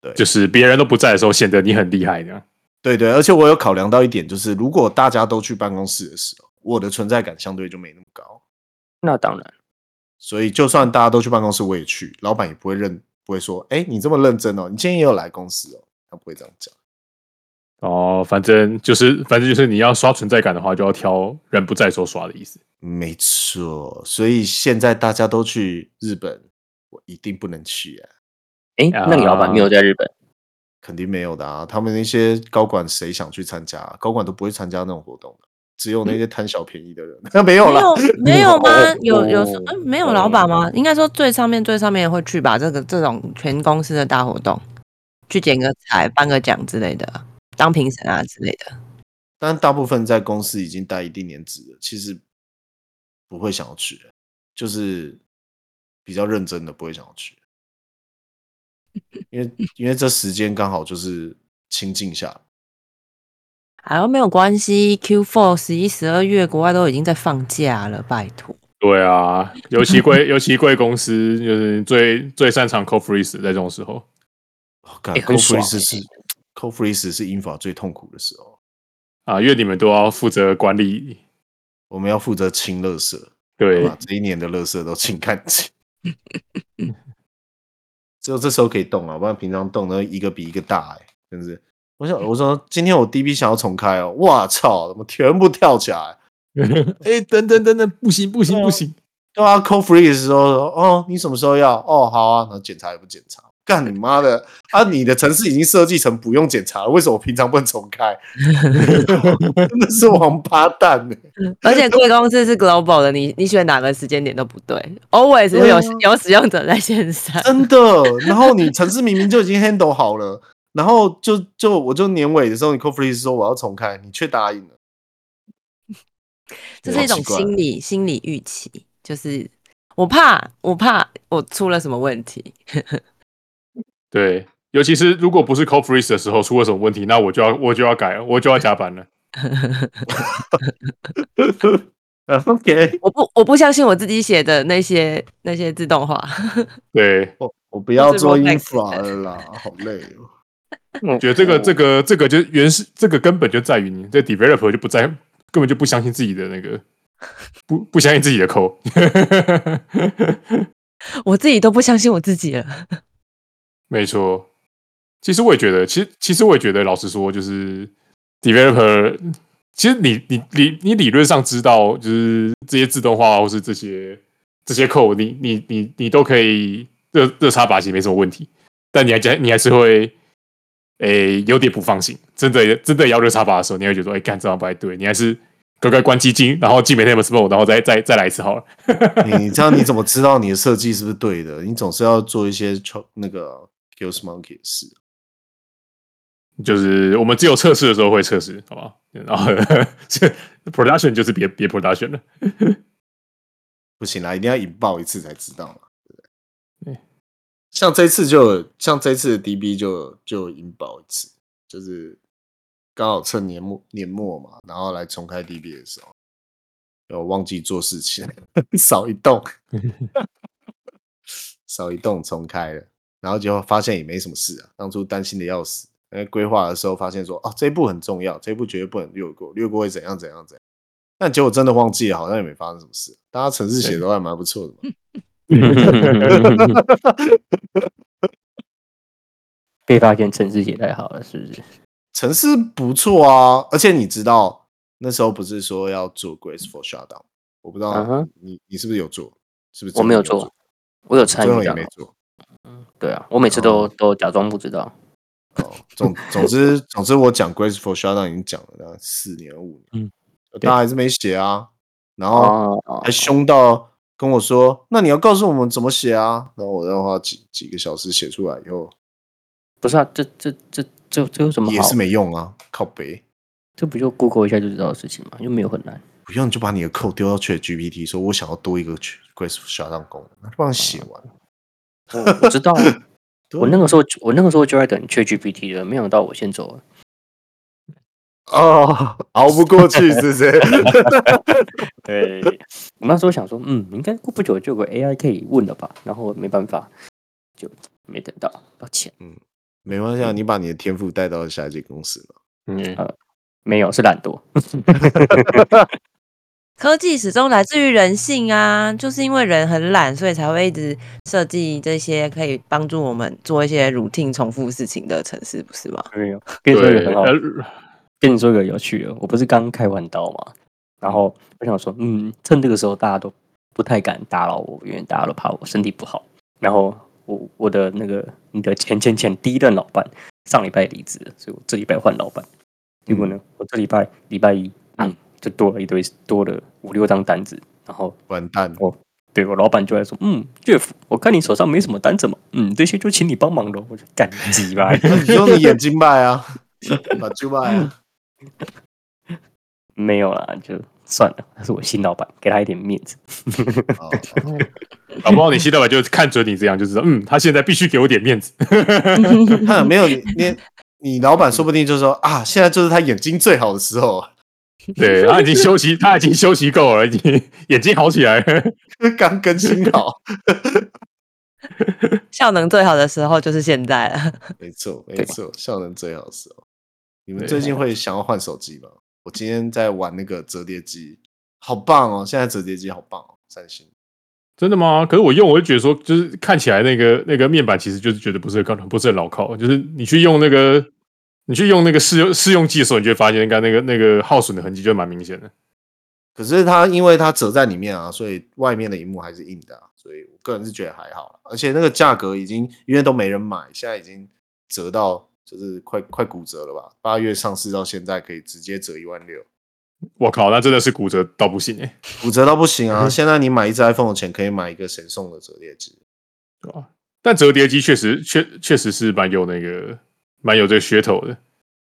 Speaker 4: 对
Speaker 3: 就是别人都不在的时候，显得你很厉害这样。
Speaker 4: 对对，而且我有考量到一点，就是如果大家都去办公室的时候，我的存在感相对就没那么高。
Speaker 1: 那当然，
Speaker 4: 所以就算大家都去办公室，我也去，老板也不会认，不会说，哎、你这么认真哦，你今天也有来公司哦，他不会这样讲。
Speaker 3: 哦，反正就是，反正就是你要刷存在感的话，就要挑人不在的时候刷的意思。
Speaker 4: 没错，所以现在大家都去日本，我一定不能去啊，
Speaker 1: 哎，那你老板没有在日本，
Speaker 4: 肯定没有的啊。他们那些高管谁想去参加、啊？高管都不会参加那种活动的，只有那些贪小便宜的人。 那、没有
Speaker 2: 没
Speaker 4: 啦，
Speaker 2: 有没有吗
Speaker 1: 哦？
Speaker 2: 有有
Speaker 1: 哦
Speaker 2: 嗯没有老板吗？应该说最上面最上面会去吧，这个这种全公司的大活动，去剪个彩、颁个奖之类的，当评审啊之类的。
Speaker 4: 但大部分在公司已经待一定年资了，其实不会想要去，就是比较认真的不会想要 去，因为因为这时间刚好就是清静下来，
Speaker 2: 哎呦，没有关系，Q4 十一、十二月国外都已经在放假了，拜托。
Speaker 3: 对啊，尤其贵，尤其贵公司就是最最擅长 c o freeze 在这种时候。
Speaker 4: 哦干、
Speaker 1: 欸
Speaker 4: c o
Speaker 1: 很
Speaker 4: l
Speaker 1: 爽
Speaker 4: freeze 是 c o l freeze 是英法最痛苦的时候，
Speaker 3: 啊，因为你们都要负责管理，
Speaker 4: 我们要负责清垃圾，
Speaker 3: 对
Speaker 4: 把这一年的垃圾都清干净。只有这时候可以动啊，不然平常动呢一个比一个大哎、真是。我想我说今天我 DB 想要重开哦，哇操，怎么全部跳起来？
Speaker 3: 哎，等等等等，不行不行不行，
Speaker 4: 对啊，call free 的时候说哦，你什么时候要？哦，好啊，然后检查也不检查，干你妈的啊！你的城市已经设计成不用检查了，为什么我平常不能重开？ 真的是王八蛋欸呢、
Speaker 2: 而且贵公司是 global 的，你你选哪个时间点都不对，always 啊会有、有使用者在线上。
Speaker 4: 真的。然后你城市明明就已经 handle 好了，然后就就我就年尾的时候，你 call free 说我要重开，你却答应了。
Speaker 2: 这是一种
Speaker 4: 好奇怪
Speaker 2: 心理心理预期，就是我怕我怕我出了什么问题，
Speaker 3: 对，尤其是如果不是 c o freeze 的时候出了什么问题，那我就要我就要改，我就要加班了。
Speaker 4: OK，
Speaker 2: 我不我不相信我自己写的那些那些自动化，
Speaker 3: 对，
Speaker 4: 我我不要做
Speaker 2: 是
Speaker 4: infra
Speaker 2: Rolex
Speaker 4: 了啦，好累哦。
Speaker 1: 我
Speaker 3: 嗯觉得这个这
Speaker 1: 个
Speaker 3: 个这个就是原始，这个根本就在于你这 developer 就不在，根本就不相信自己的那个，不不相信自己的 code。
Speaker 2: 我自己都不相信我自己了。
Speaker 3: 没错，其实我也觉得，其实其实我也觉得，老实说，就是 developer，其实你你你你理论上知道，就是这些自动化或是这些这些 code，你你你你都可以热热插拔其实没什么问题，但你还加你还是会，诶、有点不放心，真的真的要热插拔的时候，你会觉得，哎、干这样不太对，你还是乖乖关机进，然后进每天 s p o 然后再再再来一次好了。
Speaker 4: 你这样你怎么知道你的设计是不是对的？你总是要做一些 cho- 那个 g i l l s monkey 的事。
Speaker 3: 就是我们只有测试的时候会测试，好不好？然 后 production 就是别别 production 了。
Speaker 4: 不行啦，一定要引爆一次才知道嘛，对不对？像这次就有像这次的 DB 就就引爆一次，就是刚好趁年末年末嘛，然后来重开 DB 的时候，有忘记做事情， 少一栋，少一栋重开了，然后结果发现也没什么事啊，当初担心的要死。在规划的时候发现说，哦，这一步很重要，这一步绝对不能略过，略过会怎样怎样怎样。但结果真的忘记了，好像也没发生什么事。大家城市写的都还蛮不错的嘛。
Speaker 1: 被发现城市写太好了，是不是？
Speaker 4: 城市不错啊，而且你知道那时候不是说要做 graceful shutdown，我不知道
Speaker 1: 嗯哼
Speaker 4: 你、你是不是有做，是不是
Speaker 1: 我没有
Speaker 4: 做
Speaker 1: 做，我有参
Speaker 4: 最后
Speaker 1: 与
Speaker 4: 也
Speaker 1: 到
Speaker 4: 没，做。
Speaker 1: 对啊，我每次都都假装不知道。
Speaker 4: 哦，总总之总之我讲 graceful shutdown 已经讲了大概四年五年，嗯，大家还是没写啊，然后
Speaker 1: 哦，
Speaker 4: 还凶到跟我说，那你要告诉我们怎么写啊，然后我要花几几个小时写出来以后
Speaker 1: 不是啊，这这这这这有什么
Speaker 4: 也
Speaker 1: 好
Speaker 4: 是？没用啊，靠北。
Speaker 1: 这不就 Google 一下就知道的事情嘛，又没有很 难。
Speaker 4: 不用你就把你的扣丢到 Chat GPT，说我想要多一个 Graceful Shutdown 功能，那就帮你
Speaker 1: 嗯
Speaker 4: 写完。
Speaker 1: 我我知道啊，
Speaker 4: 对
Speaker 1: 我那 个时候我那个时候就在等 ChatGPT 了，没想到我先走了。
Speaker 4: 哦，熬不过去是不是？
Speaker 1: 对，我那时候想说，嗯，应该过不久就有个 AI 可以问了吧，然后没办法，就没等到，抱歉，
Speaker 4: 没关系啊，你把你的天赋带到下一间公司嘛。
Speaker 3: 嗯，
Speaker 1: 没有是懒惰。
Speaker 2: 科技始终来自于人性啊，就是因为人很懒，所以才会一直设计这些可以帮助我们做一些 routine 重复事情的城市，不是吗？
Speaker 1: 没有，跟你说一
Speaker 3: 对
Speaker 1: 个，很好，
Speaker 3: 呃
Speaker 1: 跟你说一个有趣的，我不是刚开完刀嘛，然后我想说，嗯，趁这个时候大家都不太敢打扰我，因为大家都怕我身体不好。然后我我的那个你的前前前第一任老板上礼拜离职了，所以我这礼拜换老板。结果呢，我这礼拜礼拜一，嗯，就多了一堆多了五六张单子，然后
Speaker 4: 完 蛋，
Speaker 1: 对我老板就来说，嗯，Jeff，我看你手上没什么单子嘛，嗯，这些就请你帮忙咯。我就干鸡巴，
Speaker 4: 你用你眼睛卖 啊，把猪卖啊。
Speaker 1: 没有啦，就算了，他是我新老板，给他一点面子。
Speaker 4: 哦
Speaker 3: 搞不好你新老板就看准你这样，就知道，嗯，他现在必须给我点面 子。
Speaker 4: 哼没有你你你老板说不定就说啊，现在就是他眼睛最好的时候 啊，
Speaker 3: 对他已经休息，他已经休息够了，已经眼睛好起来了。
Speaker 4: 刚更新 好。
Speaker 2: 效能最好的时候就是现在了。
Speaker 4: 没错，没
Speaker 1: 对
Speaker 4: 错，效能最好的时候。你们
Speaker 3: 对
Speaker 4: 最近会想要换手机吗？我今天在玩那个折叠机，好棒哦！现在折叠机好棒哦，三星。
Speaker 3: 真的吗？可是我用，我就觉得说，就是看起来那个那个面板，其实就是觉得不是很靠，不是很牢靠。就是你去用那个，你去用那个试用试用剂的时候，你就会发现，刚那个那个耗损的痕迹就蛮明显的。
Speaker 4: 可是它因为它折在里面啊，所以外面的荧幕还是硬的、啊，所以我个人是觉得还好啦。而且那个价格已经因为都没人买，现在已经折到就是快快骨折了吧？八月上市到现在可以直接折一万六，
Speaker 3: 我靠，那真的是骨折到不行哎、欸，
Speaker 4: 骨折到不行啊！现在你买一只 iPhone 的钱可以买一个神送的折叠机，
Speaker 3: 对吧？但折叠机确实确确实是蛮有那个蛮有这个噱头的，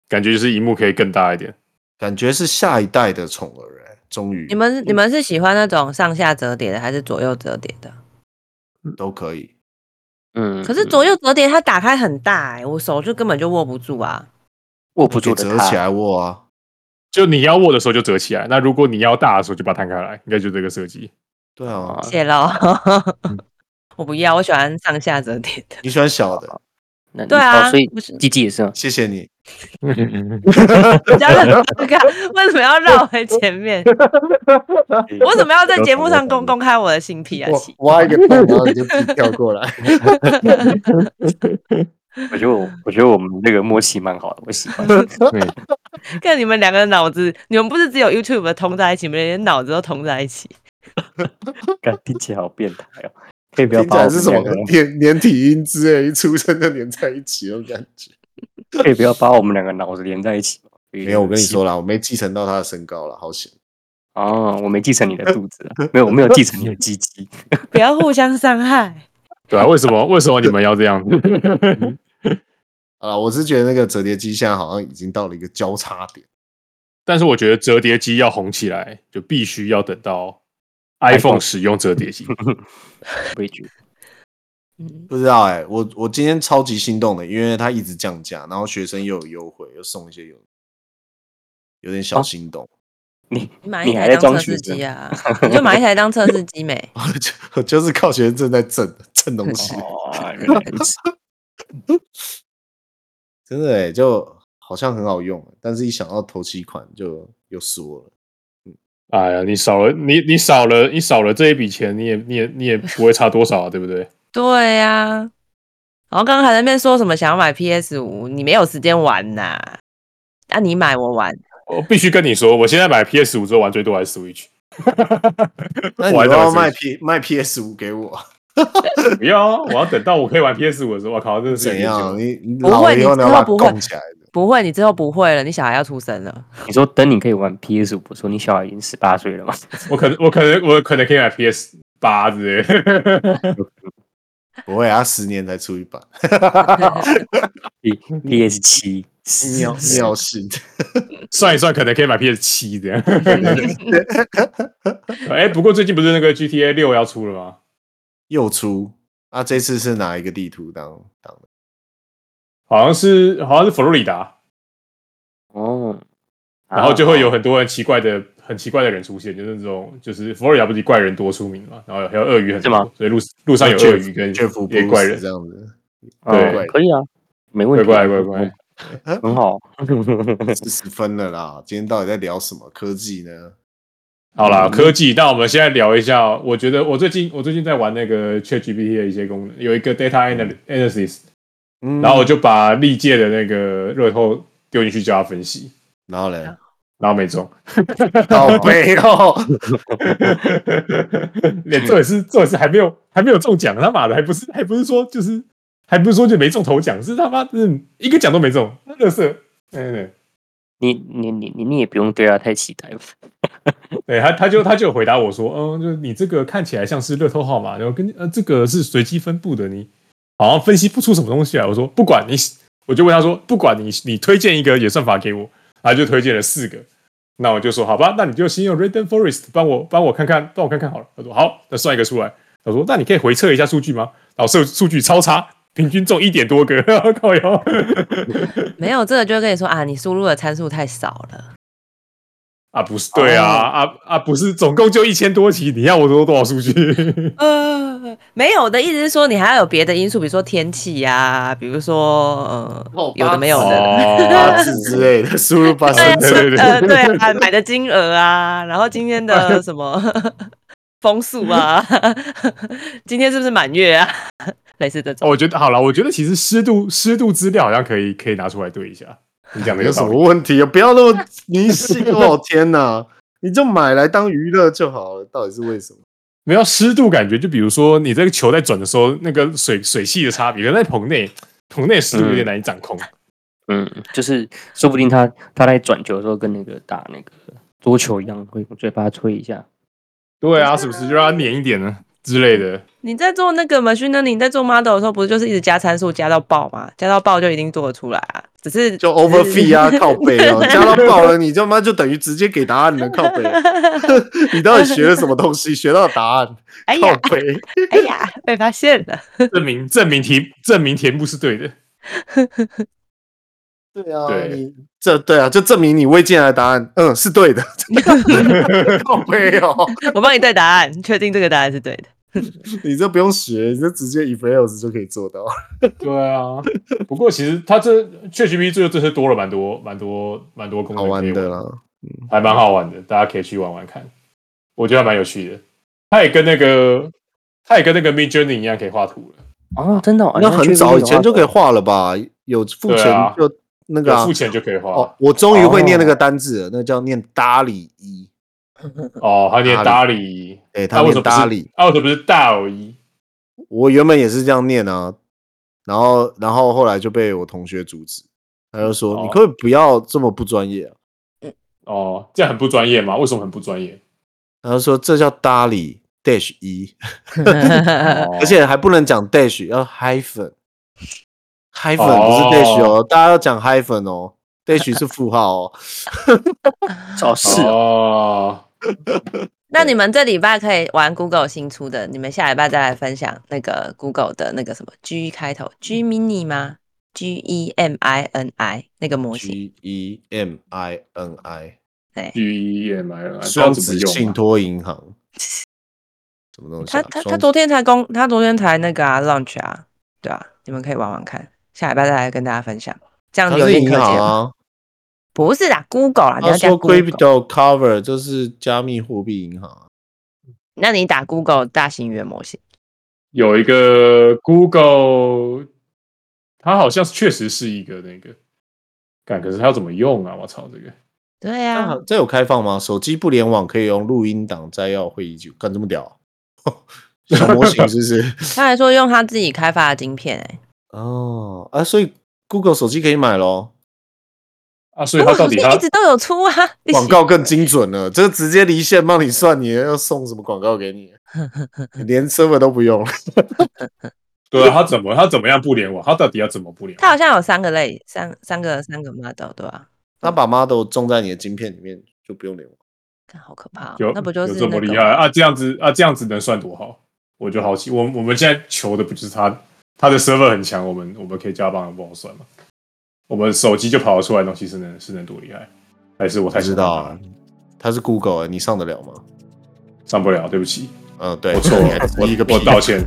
Speaker 3: 感觉就是荧幕可以更大一点。
Speaker 4: 感觉是下一代的宠儿哎、终
Speaker 1: 嗯
Speaker 4: 于
Speaker 2: 你们你们是喜欢那种上下折叠的，还是左右折叠的？
Speaker 4: 都可以。
Speaker 1: 嗯，
Speaker 2: 可是左右折叠它打开很大、欸，我手就根本就握不住啊。
Speaker 1: 握不住
Speaker 4: 给
Speaker 1: 的
Speaker 4: 折
Speaker 1: 他
Speaker 4: 起来握啊，
Speaker 3: 就你要握的时候就折起来，那如果你要大的时候就把它摊开来，应该就这个设计。
Speaker 4: 对啊，
Speaker 2: 谢喽。
Speaker 1: 嗯
Speaker 2: 我不要，我喜欢上下折叠的。
Speaker 4: 你喜欢小的，
Speaker 1: 那你
Speaker 2: 对啊，
Speaker 1: 嗯哦所以
Speaker 2: 不是
Speaker 1: 鸡鸡也是吗？
Speaker 4: 谢谢你。
Speaker 3: 嗯
Speaker 2: 比较认真看， 为什么要绕回前面？我怎么要在节目上公公开我的性癖啊？奇
Speaker 4: 挖一个洞，然后你就自己跳过来。
Speaker 1: 我觉得我我觉得我们这个默契蛮好的，我喜 欢。
Speaker 3: 嗯
Speaker 2: 看你们两个脑子，你们不是只有 YouTube 通在一起，你们连脑子都通在一起。
Speaker 1: 感听起来好变态哦，可以不要
Speaker 4: 听起
Speaker 1: 把我
Speaker 4: 来是
Speaker 1: 们
Speaker 4: 什么
Speaker 1: 两个人，
Speaker 4: 连连体婴之类，一出生就连在一起那种感觉。
Speaker 1: 可以不要把我们两个脑子连在一起吗。
Speaker 4: 没有，我跟你说啦，我没继承到他的身高了，好险。
Speaker 1: 哦，我没继承你的肚子啊， 没有，我没有继承你的鸡鸡。
Speaker 2: 不要互相伤 害。
Speaker 3: 对啊，为什么为什么你们要这样子？
Speaker 4: 好了，我是觉得那个折叠机现在好像已经到了一个交叉点。
Speaker 3: 但是我觉得折叠机要红起来，就必须要等到 iPhone 使用折叠机。
Speaker 1: 我也觉得
Speaker 2: 嗯，
Speaker 4: 不知道哎、我我今天超级心动的，因为它一直降价，然后学生又有优惠，又送一些有，有点小心动。
Speaker 1: 你
Speaker 2: 你买一
Speaker 1: 你还
Speaker 2: 台
Speaker 1: 在
Speaker 2: 当测
Speaker 1: 装学
Speaker 2: 试
Speaker 1: 生
Speaker 2: 机 啊，你就买一台当测试机没？
Speaker 4: 我就我就是靠学生证在挣挣东西，
Speaker 1: 哦，原来如此
Speaker 4: 真的哎、就好像很好用，但是一想到头期款就又缩 了。
Speaker 3: 哎呀，你少了你你少了你少了这一笔钱，你也你也你也不会差多少啊，对不对？
Speaker 2: 对呀、然后刚刚还在那边说什么想要买 PS 五，你没有时间玩呐、那、你买我玩，
Speaker 3: 我必须跟你说，我现在买 PS 五之后玩最多还是 Switch。
Speaker 4: 那你
Speaker 3: 我还
Speaker 4: 要不
Speaker 3: 在玩
Speaker 4: 要卖
Speaker 3: Switch
Speaker 4: P 卖 PS 五给我？
Speaker 3: 不要啊，我要等到我可以玩 PS 五的时候，我靠，真的是
Speaker 4: 怎样？
Speaker 3: 一
Speaker 4: 你你
Speaker 2: 不会
Speaker 4: 老了以后你
Speaker 2: 你之
Speaker 4: 要
Speaker 2: 后
Speaker 4: 把它
Speaker 2: 不会
Speaker 4: 供起来的。
Speaker 2: 不会，你之后不会了，你小孩要出 生了，
Speaker 1: 你说等你可以玩 PS 五，我说你小孩已经十八岁了嘛？
Speaker 3: 九我可能我可能我可能可以买 PS 八之类的。
Speaker 4: 不会啊，它十年才出 一版，
Speaker 1: PS 七，
Speaker 4: 尿尿性。
Speaker 3: 算一算，可能可以买 PS 七这样。哎、不过最近不是那个 GTA 六要出了吗？
Speaker 4: 又出啊！这次是哪一个地图当当的？
Speaker 3: 好像是好像是佛罗里达，
Speaker 1: 哦，
Speaker 3: 然后就会有
Speaker 1: 啊
Speaker 3: 很多很奇怪的、很奇怪的人出现，就是那种就是佛罗里达不是以怪人多出名嘛，然后还有鳄鱼很多
Speaker 1: 是吗？
Speaker 3: 所以路路上有鳄鱼跟
Speaker 4: 卷福
Speaker 3: 一些怪人
Speaker 4: 这，样子，
Speaker 1: 哦可以啊，没问
Speaker 3: 怪
Speaker 1: 题，
Speaker 3: 怪怪怪。
Speaker 1: 很好。
Speaker 4: 四十分了啦！今天到底在聊什么科技呢？
Speaker 3: 好啦，科技，那我们现在聊一下哦。我觉得我最近我最近在玩那个 ChatGPT 的一些功能，有一个 data anal- analysis，
Speaker 4: 嗯
Speaker 3: 然后我就把历届的那个热透丢进去叫它分析，
Speaker 4: 然后
Speaker 2: 嗯
Speaker 4: 嘞，
Speaker 3: 然后没中。
Speaker 4: 好悲 哦！
Speaker 3: 连这也是这也是还没有还没有中奖，他啊妈的还不是还不是说就是还不是说就没中头奖，是他妈是一个奖都没中，那乐色。嗯，对
Speaker 1: 你你你你你也不用对他太期待了，
Speaker 3: 对他他就他就回答我说，嗯，就是你这个看起来像是乐透号码，然后跟呃这个是随机分布的，你好像分析不出什么东西来。我说不管你，我就问他说，不管你你推荐一个演算法给我，他就推荐了四个。那我就说好吧，那你就先用 Random Forest 帮我帮我看看，帮我看看好了。他说好，那算一个出来。他说那你可以回测一下数据吗？然后数数据超差，平均中一点多个， 靠腰。
Speaker 2: 没有这个就会跟你说啊，你输入的参数太少了，
Speaker 3: 啊不是对啊、啊啊不是，总共就一千多题，你要我多多少数据？
Speaker 2: 呃，没有我的意思是说你还要有别的因素，比如说天气呀、比如说呃
Speaker 4: 哦
Speaker 2: 有的没有的。
Speaker 3: 哦
Speaker 4: 八字之类的，输 入八字
Speaker 2: 对啊
Speaker 3: 对对对
Speaker 2: 呃，对啊，买的金额啊，然后今天的什么 风速啊， 今天是不是满月啊？ 类似这种，
Speaker 3: 哦 我觉得好了，我觉得其实湿度湿度资料好像可以可以拿出来对一下。你讲的
Speaker 4: 有什
Speaker 3: 道
Speaker 4: 么
Speaker 3: 理。
Speaker 4: 问题啊？不要那么迷信 哦！天哪，你就买来当娱乐就好了。到底是为什么？
Speaker 3: 没有湿度感觉，就比如说你这个球在转的时候，那个水水汽的差别，可能在棚内棚内湿度有点难以掌控。啊
Speaker 1: 嗯，就是说不定他他在转球的时候跟那个打那个桌球一样，会用嘴巴吹一下。
Speaker 3: 对啊，是不是就让它黏一点呢之类的？
Speaker 2: 你在做那个 machine learning，你在做 model 的时候，不是就是一直加参数加到爆吗？加到爆就一定做得出来啊，只是
Speaker 4: 就 overfit 啊，靠背哦，加到爆了，你他妈就等于直接给答 案了，靠背。 你到底学了什么东西？学到答案，
Speaker 2: 哎呀，
Speaker 4: 靠背。
Speaker 2: 哎呀，被发现了。
Speaker 3: 证明证明题证明题目是对的。
Speaker 4: 对啊，
Speaker 3: 对
Speaker 4: 你这对啊，就证明你未进来的答案，嗯，是对的。 靠背哦，
Speaker 2: 我帮你对答案，确定这个答案是对的。
Speaker 4: 你这不用学，你这直接 if else 就可以做到。
Speaker 3: 对啊，不过其实它这 ChatGPT 最后这次多了蛮多蛮多蛮多功
Speaker 4: 好
Speaker 3: 能可以
Speaker 4: 玩的
Speaker 3: 玩
Speaker 4: 啦，
Speaker 3: 还蛮好玩的，大家可以去玩玩看，我觉得还蛮有趣的。它也跟那个它也跟那个 Mid Journey 一样可以画图了，
Speaker 1: 啊，真的哦、
Speaker 4: 那很早以前就可以
Speaker 1: 以。
Speaker 4: 画了吧？有付
Speaker 3: 对
Speaker 4: 钱
Speaker 3: 啊
Speaker 4: 就那个
Speaker 3: 有
Speaker 4: 啊
Speaker 3: 付钱就可以画
Speaker 4: 哦，我终于会念那个单字了，那个叫念搭里一。
Speaker 3: 哦，还有念
Speaker 4: 达
Speaker 3: 达里，
Speaker 4: 哎，
Speaker 3: 它
Speaker 4: 他
Speaker 3: 为
Speaker 4: 念
Speaker 3: 什么不
Speaker 4: 搭
Speaker 3: 是啊
Speaker 4: 里，？
Speaker 3: 它为什么不是大偶一？
Speaker 4: 我原本也是这样念啊，然后然后后来就被我同学阻止，他就说：“
Speaker 3: 哦
Speaker 4: 你可不可以不要这么不专业啊
Speaker 3: 哦，这样很不专业吗？为什么很不专业？？”
Speaker 4: 然后说：“这叫搭里 dash 一。”
Speaker 3: 哦
Speaker 4: 而且还不能讲 dash，要 hyphen。hyphen
Speaker 3: 哦
Speaker 4: 不是 dash 哦，大家要讲 hyphen 哦，dash 是符号 哦。
Speaker 1: 哦，是
Speaker 4: 啊
Speaker 1: 哦，
Speaker 3: 哦，
Speaker 2: 那你们这礼拜可以玩 Google 新出的，你们下礼拜再来分享那个 Google 的那个什么 G 开头 G Mini 吗？G E M I N I 那个模型，
Speaker 4: G E M I N I，
Speaker 3: G E M I N I，
Speaker 4: 双子信
Speaker 3: 托
Speaker 4: 托银行，什么东西
Speaker 2: 他
Speaker 4: 啊？
Speaker 2: 他他
Speaker 4: 双
Speaker 2: 昨天才公，他昨天才那个啊 launch 啊，对啊，你们可以玩玩看，下礼拜再来跟大家分享，这样
Speaker 4: 他
Speaker 2: 有
Speaker 4: 是
Speaker 2: 点
Speaker 4: 银
Speaker 2: 可
Speaker 4: 行
Speaker 2: 见吗。
Speaker 4: 啊，
Speaker 2: 不是啦，Google 啦，你
Speaker 4: 他
Speaker 2: 要加
Speaker 4: 说
Speaker 2: Google，
Speaker 4: crypto cover 就是加密货币银行啊。
Speaker 2: 那你打 Google 大型语言模型，
Speaker 3: 有一个 Google，它好像确实是一个那个，干可是它要怎么用啊？我操，这个
Speaker 2: 对啊
Speaker 4: 这
Speaker 2: 呀、
Speaker 4: 样好这有开放吗？手机不联网可以用录音档摘要会议记录，干这么屌啊、 小模型是不是？
Speaker 2: 他还说用他自己开发的晶片、欸，
Speaker 4: 哦啊，所以 Google 手机可以买咯。
Speaker 3: 啊，所以它到底它
Speaker 2: 哦一直都有出啊，一起
Speaker 4: 广告更精准了，这直接离线帮你算，你要送什么广告给你，连 server 都不 用。
Speaker 3: 对啊，它怎么它怎么样不联网？它到底要怎么不联
Speaker 2: 它好
Speaker 3: 网？
Speaker 2: 像有三个类，三三个三个 model 对吧、
Speaker 4: 他把 model 种在你的晶片里面，就不用联网。
Speaker 2: 看好可怕哦、
Speaker 3: 有
Speaker 2: 那不就是
Speaker 3: 有这
Speaker 2: 那
Speaker 3: 么
Speaker 2: 个
Speaker 3: 厉害啊？这样子啊，这样子能算多好？我就好奇，我我们现在求的不就是它它的 server 很强，我们我们可以加帮帮我算吗？我们手机就跑得出来的东西是能是能多厉害？还是我
Speaker 4: 才
Speaker 3: 太
Speaker 4: 知道啊，他是 Google，、欸、你上得了吗？
Speaker 3: 上不了，对不起。
Speaker 4: 嗯，对，
Speaker 3: 我错
Speaker 4: 你还
Speaker 3: 了
Speaker 4: 是，
Speaker 3: 我
Speaker 4: 一个
Speaker 3: 我
Speaker 4: 屁啊
Speaker 3: 道歉，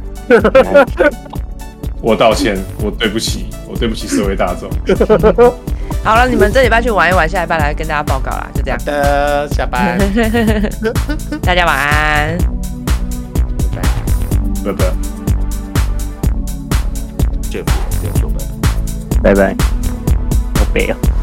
Speaker 3: 我道歉，我对不起，我对不起社会大众。
Speaker 2: 好了，你们这礼拜去玩一玩，下礼拜来跟大家报告啦，就这样
Speaker 4: 好，的，下班。
Speaker 2: 大家晚安。
Speaker 3: 拜拜。
Speaker 4: 这不不用说拜拜。
Speaker 1: 拜拜，好悲啊、哦。